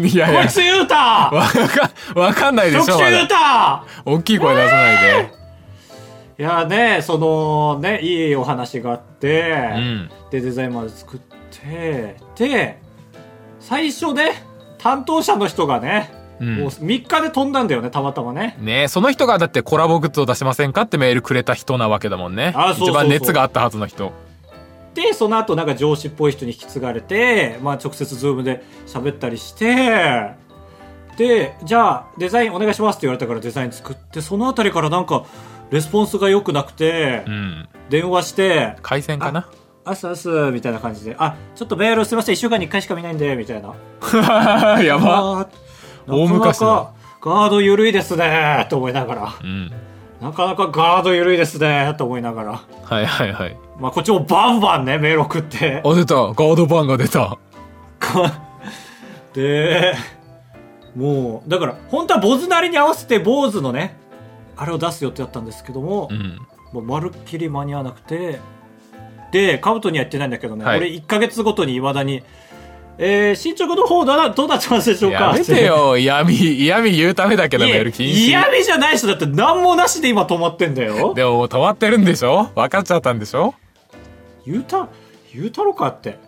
S1: いやい
S2: こ
S1: や
S2: い、つユータ
S1: わかん、わかんないで
S2: 特
S1: しょ、
S2: 殊
S1: ま
S2: ユー
S1: だ。
S2: タ
S1: 大きい声出さないで。
S2: いやね、そのね、いいお話があって、
S1: うん。
S2: で、デザインまで作って、で、最初ね、担当者の人がね、
S1: うん
S2: もう3日で飛んだんだよねたまたまね
S1: ねえその人がだってコラボグッズを出しませんかってメールくれた人なわけだもんね
S2: あそうそうそう
S1: 一番熱があったはずの人
S2: でその後なんか上司っぽい人に引き継がれて、まあ、直接ズームで喋ったりしてでじゃあデザインお願いしますって言われたからデザイン作ってそのあたりからなんかレスポンスが良くなくて、
S1: うん
S2: 電話して
S1: 回線かな
S2: 「あすあす」みたいな感じで「あちょっとメールすいません1週間に1回しか見ないんで」みたいな
S1: やば、
S2: あー *laughs*
S1: 大昔だ
S2: なかなかガード緩いですねと思いながら
S1: うん、
S2: なかなかガード緩いですねと思いながら
S1: はいはいはい
S2: まあこっちもバンバンねメール送って
S1: あ出たガードバンが出た
S2: *laughs* でもうだから本当は坊主なりに合わせて坊主のねあれを出す予定だったんですけども、
S1: うん
S2: もうまるっきり間に合わなくてでカブトには言ってないんだけどね、
S1: はい
S2: 俺1か月ごとにいまだに、えー進捗の方だなどうなってますでしょうか
S1: やめてよ嫌味嫌味言うためだけど
S2: い
S1: メ
S2: や
S1: ール禁止
S2: 嫌味じゃない人だって何もなしで今止まってんだよ
S1: でも止まってるんでしょ分かっちゃったんでしょ
S2: 言うた言うたろかって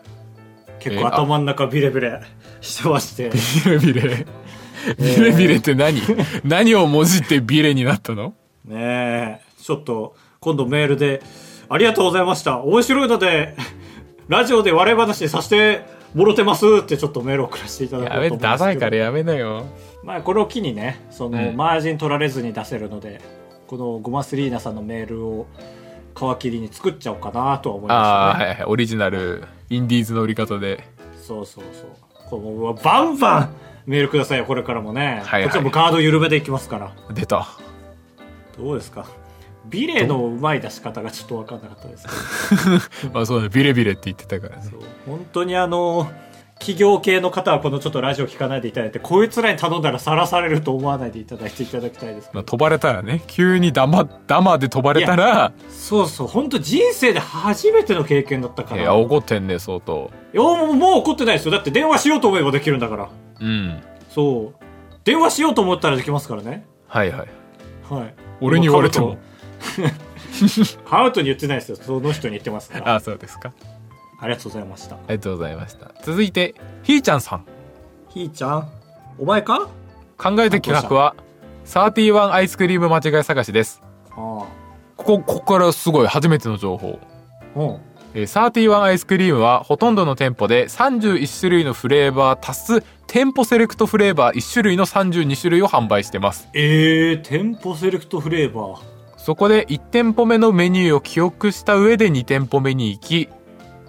S2: 結
S1: え
S2: 構
S1: あ
S2: 頭の中ビレビレ *laughs* してまして
S1: ビレビレビレビレって何、何をもじってビレになったの
S2: ねえちょっと今度メールで「ありがとうございました面白いのでラジオで笑い話させてもろてます」ってちょっとメールを送らせていただこうと
S1: や
S2: 思
S1: め
S2: い
S1: て
S2: ま
S1: ダ
S2: す
S1: サ
S2: け
S1: い
S2: ど
S1: からやめなよ
S2: まあこれを機にねその、
S1: うん
S2: マージン取られずに出せるのでこのゴマスリーナさんのメールを皮切りに作っちゃおうかなとは思い
S1: あ
S2: ま
S1: あ
S2: した
S1: ー
S2: ね
S1: はいはいオリジナルインディーズの売り方で
S2: そうそうそうこれもうバンバンメールくださいよこれからもね、
S1: はいはい
S2: こっちはもうガード緩めでいきますから
S1: 出た
S2: どうですかビレのうまい出し方がちょっと分かんなかったですけど
S1: まあそうだねビレビレって言ってたからね
S2: 本当にあの企業系の方はこのちょっとラジオ聞かないでいただいてこいつらに頼んだらさらされると思わないでいただいていただきたいです
S1: まあ飛ばれたらね急にダマダマで飛ばれたら
S2: そうそう本当人生で初めての経験だったか
S1: い
S2: ら
S1: や怒ってんね相当
S2: いやもうもう怒ってないですよだって電話しようと思えばできるんだから
S1: うん
S2: そう電話しようと思ったらできますからね
S1: はいはい
S2: はい
S1: 俺に言われても
S2: ハウトに言ってないですよその人に言ってますから
S1: あ
S2: あ
S1: あそうですか
S2: りがとうございました
S1: ありがとうございました続いてひーちゃんさん
S2: ひーちゃんお前か
S1: 考えた企画は31アイスクリーム間違い探しです
S2: あ
S1: ここここからすごい初めての情報
S2: あうん
S1: えー31アイスクリームはほとんどの店舗で31種類のフレーバー足す店舗セレクトフレーバー1種類の32種類を販売してます
S2: えー、店舗セレクトフレーバー
S1: そこで1店舗目のメニューを記憶した上で2店舗目に行き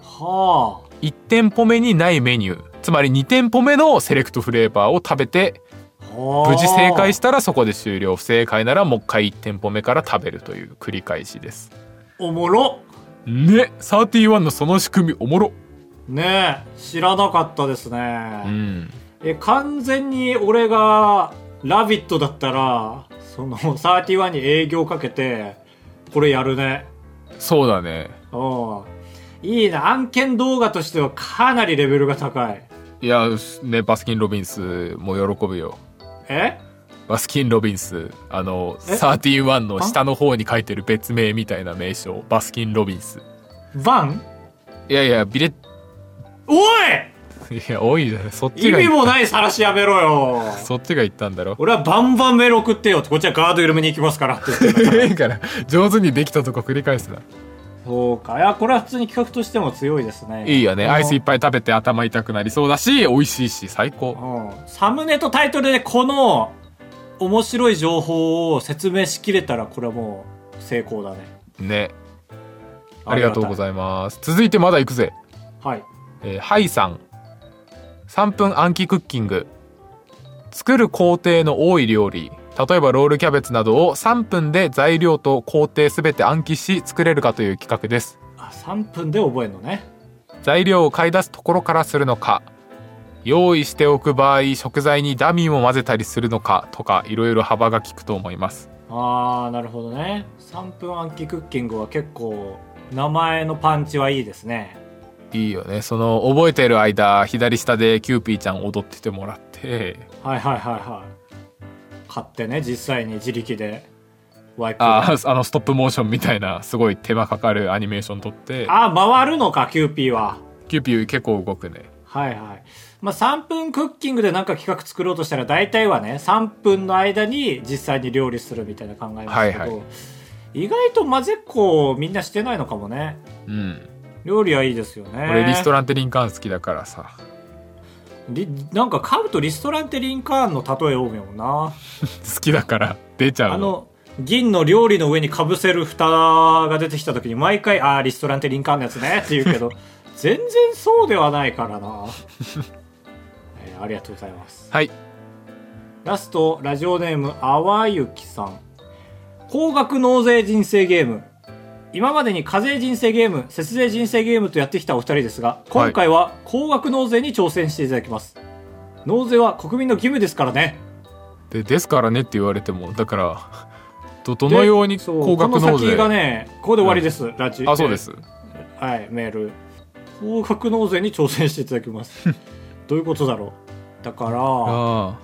S2: は
S1: 1店舗目にないメニューつまり2店舗目のセレクトフレーバーを食べて
S2: あ
S1: 無
S2: 無
S1: 事正解したらそこで終了不正解ならもう一回1店舗目から食べるという繰り返しです
S2: おもろ
S1: ね31のその仕組みおもろ
S2: ねえ知らなかったです
S1: う
S2: ね、
S1: ん
S2: え完全に俺が「ラビット!」だったらその31に営業かけてこれやるね
S1: そうだね
S2: うんいいな案件動画としてはかなりレベルが高い
S1: いやねバスキン・ロビンスも喜ぶよ
S2: え
S1: バスキン・ロビンスあの
S2: え
S1: 31の下の方に書いてる別名みたいな名称バスキン・ロビンス
S2: バン
S1: いやいやビレ
S2: お
S1: いや多いじゃないそっ
S2: い
S1: ち
S2: 意
S1: が
S2: 味
S1: 言っ
S2: もない晒しやめろよ
S1: そっちが言ったんだろ *laughs*
S2: 俺はバンバンメール送ってよってこっちはガード緩めに行きますからって言ってんだから
S1: いいから上手にできたとこ繰り返すな
S2: そうかいやこれは普通に企画としても強いですね
S1: いいよね
S2: あの
S1: アイスいっぱい食べて頭痛くなりそうだし美味しいし最高
S2: うんサムネとタイトルでこの面白い情報を説明しきれたらこれはもう成功だね
S1: ねありがとうございます続いてまだ行くぜ
S2: はい
S1: えーハイさん3分暗記クッキング作る工程の多い料理例えばロールキャベツなどを3分で材料と工程すべて暗記し作れるかという企画です
S2: あ3分で覚えるのね
S1: 材料を買い出すところからするのか用意しておく場合食材にダミーも混ぜたりするのかとかいろいろ幅が利くと思います
S2: ああなるほどね3分暗記クッキングは結構名前のパンチはいいですね
S1: いいよねその覚えてる間左下でキューピーちゃん踊っててもらって
S2: はいはいはいはい買ってね実際に自力でワイプで
S1: あーあのストップモーションみたいなすごい手間かかるアニメーション撮って
S2: あー回るのかキューピーは
S1: キューピー結構動くね
S2: はいはいまあ、3分クッキングでなんか企画作ろうとしたら大体はね3分の間に実際に料理するみたいな考えますけど、
S1: はいはい
S2: 意外と混ぜっこみんなしてないのかもね
S1: うん
S2: 料理はいいですよね
S1: 俺リストランテリンカーン好きだからさ
S2: リなんか買うとリストランテリンカーンの例え多いもんな
S1: 好きだから出ちゃ
S2: あ
S1: うの
S2: の銀の料理の上にかぶせる蓋が出てきた時に毎回「ああリストランテリンカーンのやつね」って言うけ
S1: *laughs*
S2: ど全然そうではないからな、えーありがとうございます
S1: はい
S2: ラスト、ラジオネーム、あわゆきさん。高額納税人生ゲーム。今までに課税人生ゲーム、節税人生ゲームとやってきたお二人ですが、今回は高額納税に挑戦していただきます。納税は国民の義務ですからね。
S1: でですからねって言われてもだからどどのように
S2: でそう
S1: 高額
S2: こ
S1: 納
S2: の先
S1: 税
S2: がね、ここで終わりです。ラジ
S1: あそうで。す
S2: はい、メール。高額納税に挑戦していただき
S1: *laughs*
S2: ます。どういうことだろう。だか
S1: あ
S2: ら、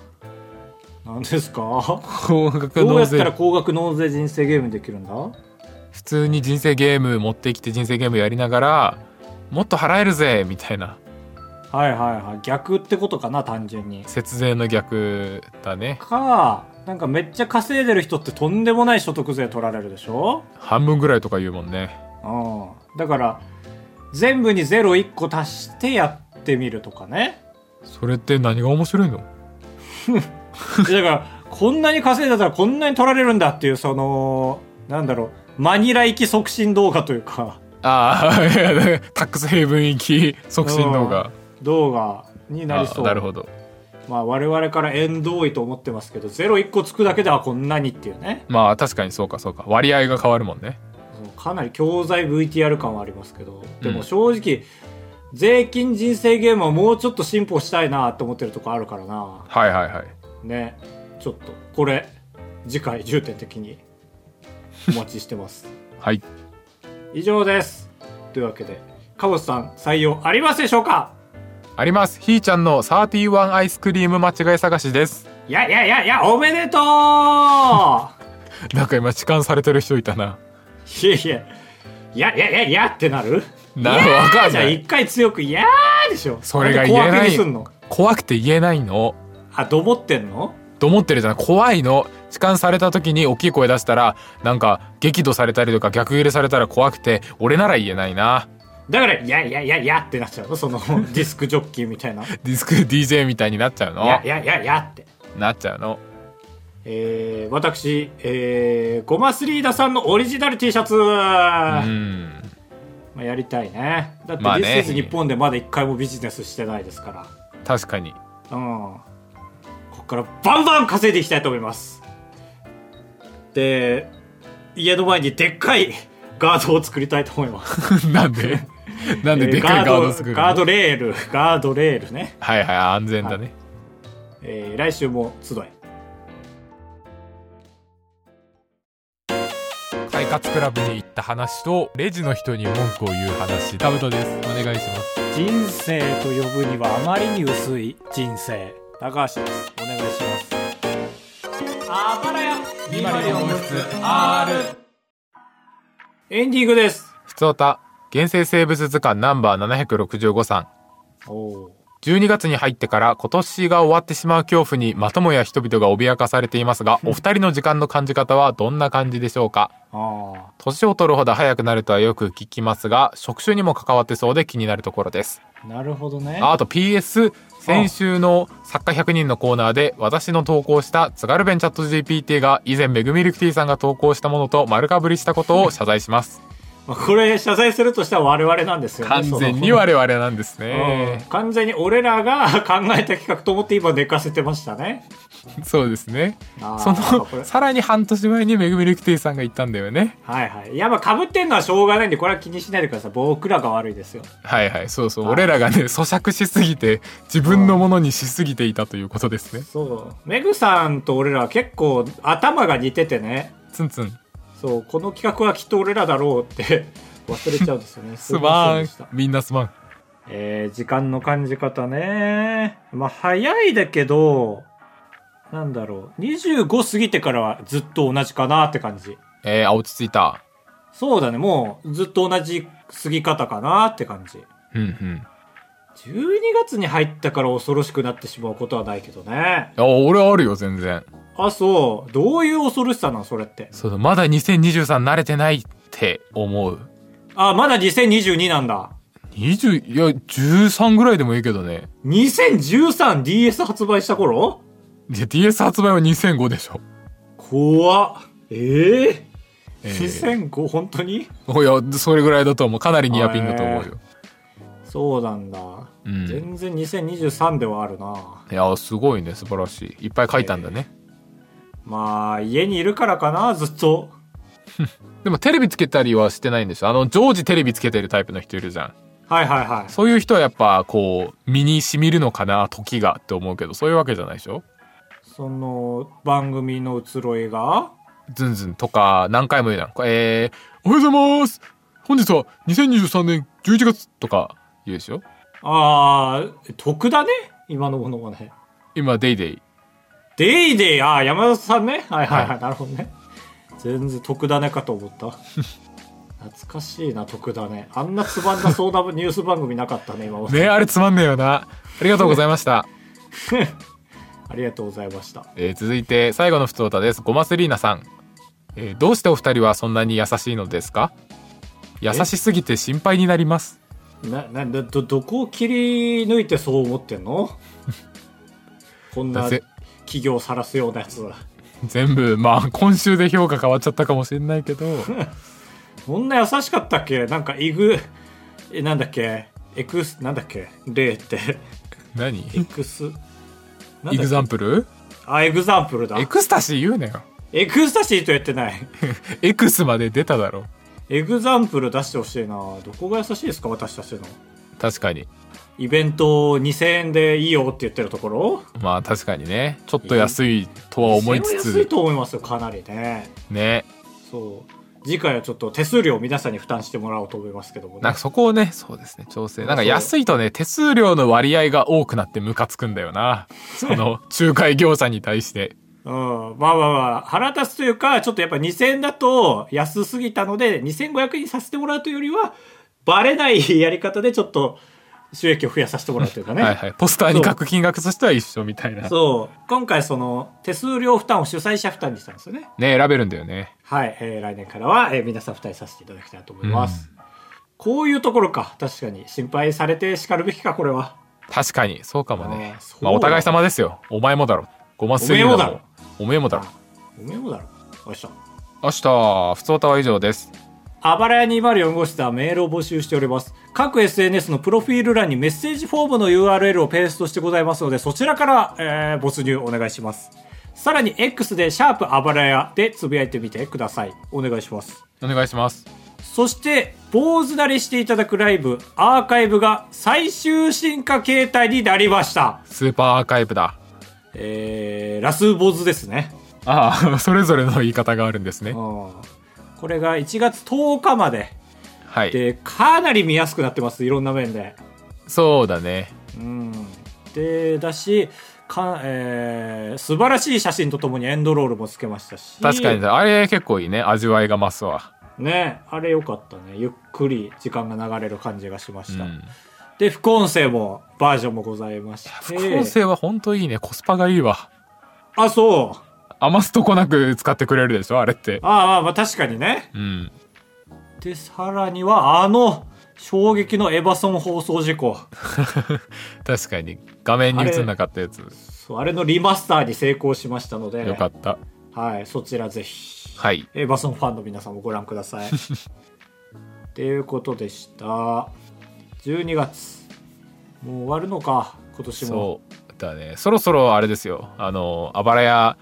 S2: 何ですか
S1: あ高額
S2: どう
S1: 納
S2: やったら
S1: 税
S2: 高額納税人生ゲームできるんだ
S1: 普通に人生ゲーム持ってきて人生ゲームやりながらもっと払えるぜみたいな
S2: はいはいはい逆ってことかな単純に
S1: 節税の逆だね
S2: かなんかめっちゃ稼いでる人ってとんでもない所得税取られるでしょ
S1: 半分ぐらいとか言うもんね
S2: うんだから全部にゼロ1個足してやってみるとかね *laughs*
S1: それって何が面白いの
S2: だからこんなに稼いだたらこんなに取られるんだっていうそのなんだろうマニラ行き促進動画というか
S1: ああいや *laughs* タックスヘイブン行き促進動画
S2: 動画にな
S1: あ
S2: りそう
S1: ーなるほど
S2: まあ我々から縁遠いと思ってますけどゼロ1個つくだけではこんなにっていうね
S1: まあ確かにそうかそうか割合が変わるもんね
S2: そうかなり教材 VTR 感はありますけどで
S1: う
S2: も
S1: ん
S2: 正直、税金人生ゲームはもうちょっと進歩したいなと思ってるとこあるからな
S1: はいはいはい
S2: ねちょっとこれ次回重点的にお待ちしてます *laughs*
S1: はい
S2: 以上ですというわけでカボスさん採用ありますでしょうか
S1: ありますひーちゃんの31アイスクリーム間違い探しです
S2: いやいやいやいやおめでとう *laughs* い
S1: なんか今痴漢されてる人いたな
S2: やいやいやいやいやいやってなる
S1: なわかん
S2: じゃあ
S1: な
S2: 一
S1: い
S2: 回強く「いやー」でしょ
S1: それが言え
S2: んで小分
S1: な
S2: け
S1: い
S2: にすんの
S1: 怖くて言えないの
S2: あどぼってんの
S1: と思ってるじゃない怖いの痴漢された時に大きい声出したらなんか激怒されたりとか逆ギレされたら怖くて俺なら言えないな
S2: だから、いやいやいやいやってなっちゃう
S1: *laughs*
S2: のそのディスクジョッキーみたいな。い
S1: ディスク DJ みたいになっちゃうの
S2: やいやいやいやって。
S1: なっちゃうの
S2: えー、私、えー、ゴマスリーダさんのオリジナル T シャツ、
S1: うん
S2: まあ、やりたいね。だって、
S1: まあね
S2: This is 日本でまだ一回もビジネスしてないですか
S1: 確かに *laughs*
S2: ら。うん。こっからバンバン稼いでいきたいと思います。で、家の前にでっかいガードを作りたいと思います。
S1: なん
S2: *laughs*
S1: でなんででっかいガード作
S2: え
S1: るの、
S2: ガードレール、ガードレールね。
S1: はいはい安全だね、
S2: えー、来週も集え。
S1: 快活クラブに行った話とレジの人に文句を言う話タブトですお願いします
S2: 人生と呼ぶにはあまりに薄い人生高橋ですお願いしますあばらやエンディングです
S1: ふつおた原生生物図鑑ナンバー765さん
S2: おお
S1: 12月に入ってから今年が終わってしまう恐怖にまたもや人々が脅かされています *laughs* が、お二人の時間の感じ方はどんな感じでしょうか
S2: あ
S1: 年を取るほど早くなるとはよく聞きますが、職種にも関わってそうで気になるところです。
S2: あなるほどね
S1: ああと PS、先週の作家100人のコーナーで私の投稿した津軽弁チャット GPT が以前めぐみるくティさんが投稿したものと丸かぶりしたことを謝罪し
S2: *laughs*
S1: ます。
S2: まあこれ謝罪するとしたら我々なんですよね
S1: 完全に我々なんです
S2: そのうん
S1: ね。
S2: 完全に俺らが考えた企画と思って今寝かせてましたね
S1: そうですね。
S2: あー
S1: そ
S2: なんかこれ
S1: の、さらに半年前にめぐみるくティさんが言ったんだよね。
S2: はいはいいやまあかぶってんのはしょうがないんでこれは気にしないでください僕らが悪いですよ
S1: はいはいそうそう
S2: はい
S1: 俺らがね咀嚼しすぎて自分のものにしすぎていたということですね
S2: そうメグさんと俺らは結構頭が似ててね
S1: ツンツン
S2: そう、この企画はきっと俺らだろうって *laughs* 忘れちゃうんですよね。
S1: *laughs* すま
S2: い
S1: ん
S2: せでした
S1: みんなすまん
S2: えー、時間の感じ方ね。まあ、早いだけど、なんだろう。25過ぎてからはずっと同じかなって感じ。
S1: えー、あ落ち着いた
S2: そうだね、もうずっと同じ過ぎ方かなって感じ。
S1: うんうん
S2: 12月に入ったから恐ろしくなってしまうことはないけどね。
S1: あ俺あるよ全然
S2: あ、そう。どういう恐ろしさなんそれって。
S1: そうだまだ2023慣れてないって思う
S2: あ、まだ2022なんだ。
S1: 20いや13ぐらいでもいいけどね
S2: 2013DS 発売した頃
S1: いや DS 発売は2005でしょ
S2: 怖っ。ええ
S1: え
S2: ー。2005、本当に
S1: いやそれぐらいだと思うかなりニアピンだと思うよ、
S2: そうなんだ。
S1: うん
S2: 全然2023ではあるな。
S1: いやすごいね素晴らしいいっぱい書いたんだね、
S2: まあ、家にいるからかな、ずっと。
S1: でもテレビつけたりはしてないんでしょあの常時テレビつけてるタイプの人いるじゃん
S2: はいはいはい。
S1: そういう人はやっぱこう身に染みるのかな時がって思うけどそういうわけじゃないでしょ
S2: その、番組の移ろいが
S1: ズンズンとか何回も言うじゃんこれえ
S4: おはようございます本日は2023年11月
S1: ーとか言うでしょ
S2: ああ、得だね今のものはね。
S1: 今デイデイ
S2: デイデイ、ああ、山田さんね。はいはいはい、
S1: は
S2: なるほどね。全然得だねかと思った。 *laughs* 懐かしいな、得だね。あんなつまんなそうなニュース番組なかったね、今まで。
S1: ねあれつまんねえよなありがとうございました、
S2: ありがとうございました。
S1: *laughs* えー続いて最後のふつおたですごますりーなさん、えーどうしてお二人はそんなに優しいのですか優しすぎて心配になります
S2: な、な、ど、どどこを切り抜いてそう思って
S1: *laughs*
S2: んのこんな
S1: だぜ
S2: 企業を晒すようなやつ。
S1: 全部まあ今週で評価変わっちゃったかもしれない *laughs* けど
S2: そんな優しかったっけなんか、イグ、え、なんだっけエクス、なんだっけ例って。
S1: *laughs* 何
S2: エクス。なんだっ
S1: イ
S2: け
S1: グザンプル
S2: あ、エグザンプルだ
S1: エ。クスタシー言うなよ
S2: エクスタシーと言ってない。
S1: エクスまで出ただろ
S2: エグザンプル出してほしいな。どこが優しいですか私たちの。
S1: 確かに
S2: イベントを2000円でいいよって言ってるところ
S1: まあ確かにねちょっと安いとは思い
S2: 2000
S1: つ
S2: 円は安
S1: つ
S2: いと思いますよ、かなりね。
S1: ね
S2: そう。次回はちょっと手数料を皆さんに負担してもらおうと思いますけどもね、
S1: なんかそこをねそうですね調整なんか
S2: そう
S1: 安いとね手数料の割合が多くなってムカつくんだよなその仲介業者に対して
S2: うん。まあまあまあ、腹立つというか、ちょっとやっぱ2000円だと安すぎたので、2500円にさせてもらうというよりは、バレないやり方でちょっと収益を増やさせてもらうというかね。
S1: はいはいポスターに書く金額としては一緒みたいな
S2: そう。今回その手数料負担を主催者負担にしたんですよね。
S1: ね選べるんだよね
S2: はい、えー来年からは、えー皆さん負担させていただきたいと思います。こういうところか。確かに。心配されて叱るべきか、これは。
S1: 確かにそうかもね
S2: あーそう
S1: まあお互い様ですよお前もだろごま
S2: おめえもだろ
S1: おめえもだろ
S2: おめえもだろ。おいしょ。
S1: 明日ふつおたは以上です
S2: あばらや204号室ではメールを募集しております。各 SNS のプロフィール欄にメッセージフォームの URL をペーストしてございますので、そちらから、えー没入お願いします。さらに X で、シャープあばらやでつぶやいてみてください。お願いします。
S1: お願いします
S2: そして、坊主なりしていただくライブ、アーカイブが最終進化形態になりました。
S1: スーパーアーカイブだ
S2: えー、ラス坊主ですね。
S1: ああ *laughs* それぞれの言い方があるんですね
S2: うんこれが1月10日まで。
S1: はい
S2: で、かなり見やすくなってます。いろんな面で。
S1: そうだね
S2: うん。で、だし、かえー、素晴らしい写真とともにエンドロールもつけましたし。
S1: 確かに。あれ結構いいね味わいが増すわ、
S2: ね、あれ良かったね。ゆっくり時間が流れる感じがしま
S1: う
S2: した。
S1: ん、
S2: で、副音声も、バージョンもございまして。
S1: 副音声はほんといいねコスパがいいわ
S2: あ、そう。
S1: 余すとこなく使ってくれるでしょあれって
S2: ああまあまあ確かにね。
S1: うん *laughs*
S2: で、さらにはあの衝撃のエヴァソン放送事故。
S1: 確かに画面に映んなかったやつ
S2: そうあれのリマスターに成功しましたので、
S1: よかった
S2: はい、そちらぜひ、
S1: はい
S2: エヴァソンファンの皆さんもご覧くだ
S1: *laughs*
S2: さい。っていうことでした。12月。もう終わるのか、今年も。
S1: そうだねそろそろあれですよあのあばらや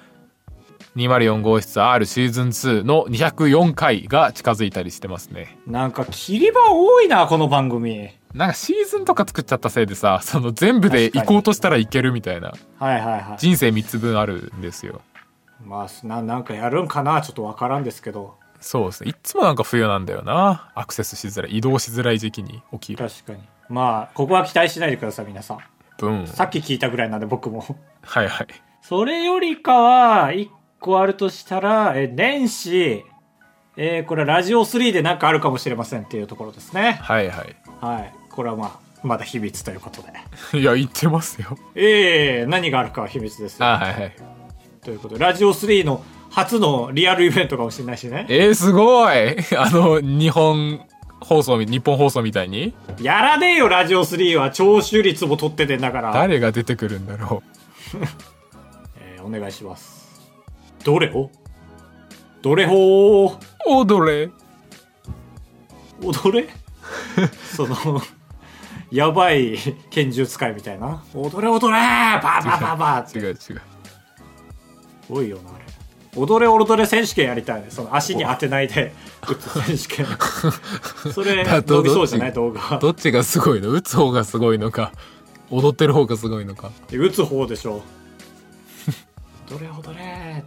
S1: 204号室 R シーズン2の204回が近づいたりしてますね
S2: なんか切り場多いな、この番組。
S1: なんかシーズンとか作っちゃったせいでさその全部で行こうとしたらいけるみたいな
S2: はいはいはい。
S1: 人生3つ分あるんですよ
S2: まあ、ななんかやるんかな、ちょっとわからんですけど。
S1: そうですねいつもなんか冬なんだよなアクセスしづらい移動しづらい時期に起きる
S2: 確かに。まあ、ここは期待しないでください、皆さん。
S1: 分
S2: さっき聞いたぐらいなんで僕も。
S1: はいはい
S2: それよりかは、一個あるとしたら、え、年始、えーこれはラジオ3でなんかあるかもしれませんっていうところですね。
S1: はいはい
S2: はい。これはまあ、まだ秘密ということで。
S1: い *laughs* や言ってますよ
S2: ええ何があるかは秘密ですよ。
S1: あはいはい
S2: ということで、ラジオ3の初のリアルイベントかもしれないしね。
S1: えー、すごい *laughs* あの日本放送み日本放送みたいに
S2: やらねえよ、ラジオ3は。聴取率も取っててんだから。
S1: 誰が出てくるんだろ
S2: えーお願いします。どれをどれほー
S1: う踊れ
S2: 踊れ *laughs* その、やばい拳銃使いみたいな。踊れ踊れバーバーバーバーって
S1: 違う違う
S2: 多いよなあれ踊れ踊れ選手権やりたいねその足に当てないで打つ選手権
S1: *laughs*
S2: それ
S1: だと
S2: 伸びそうじゃない
S1: ど
S2: 動画
S1: どっちがすごいの打つ方がすごいのか踊ってる方がすごいのか
S2: 打つ方でしょ踊れ踊れ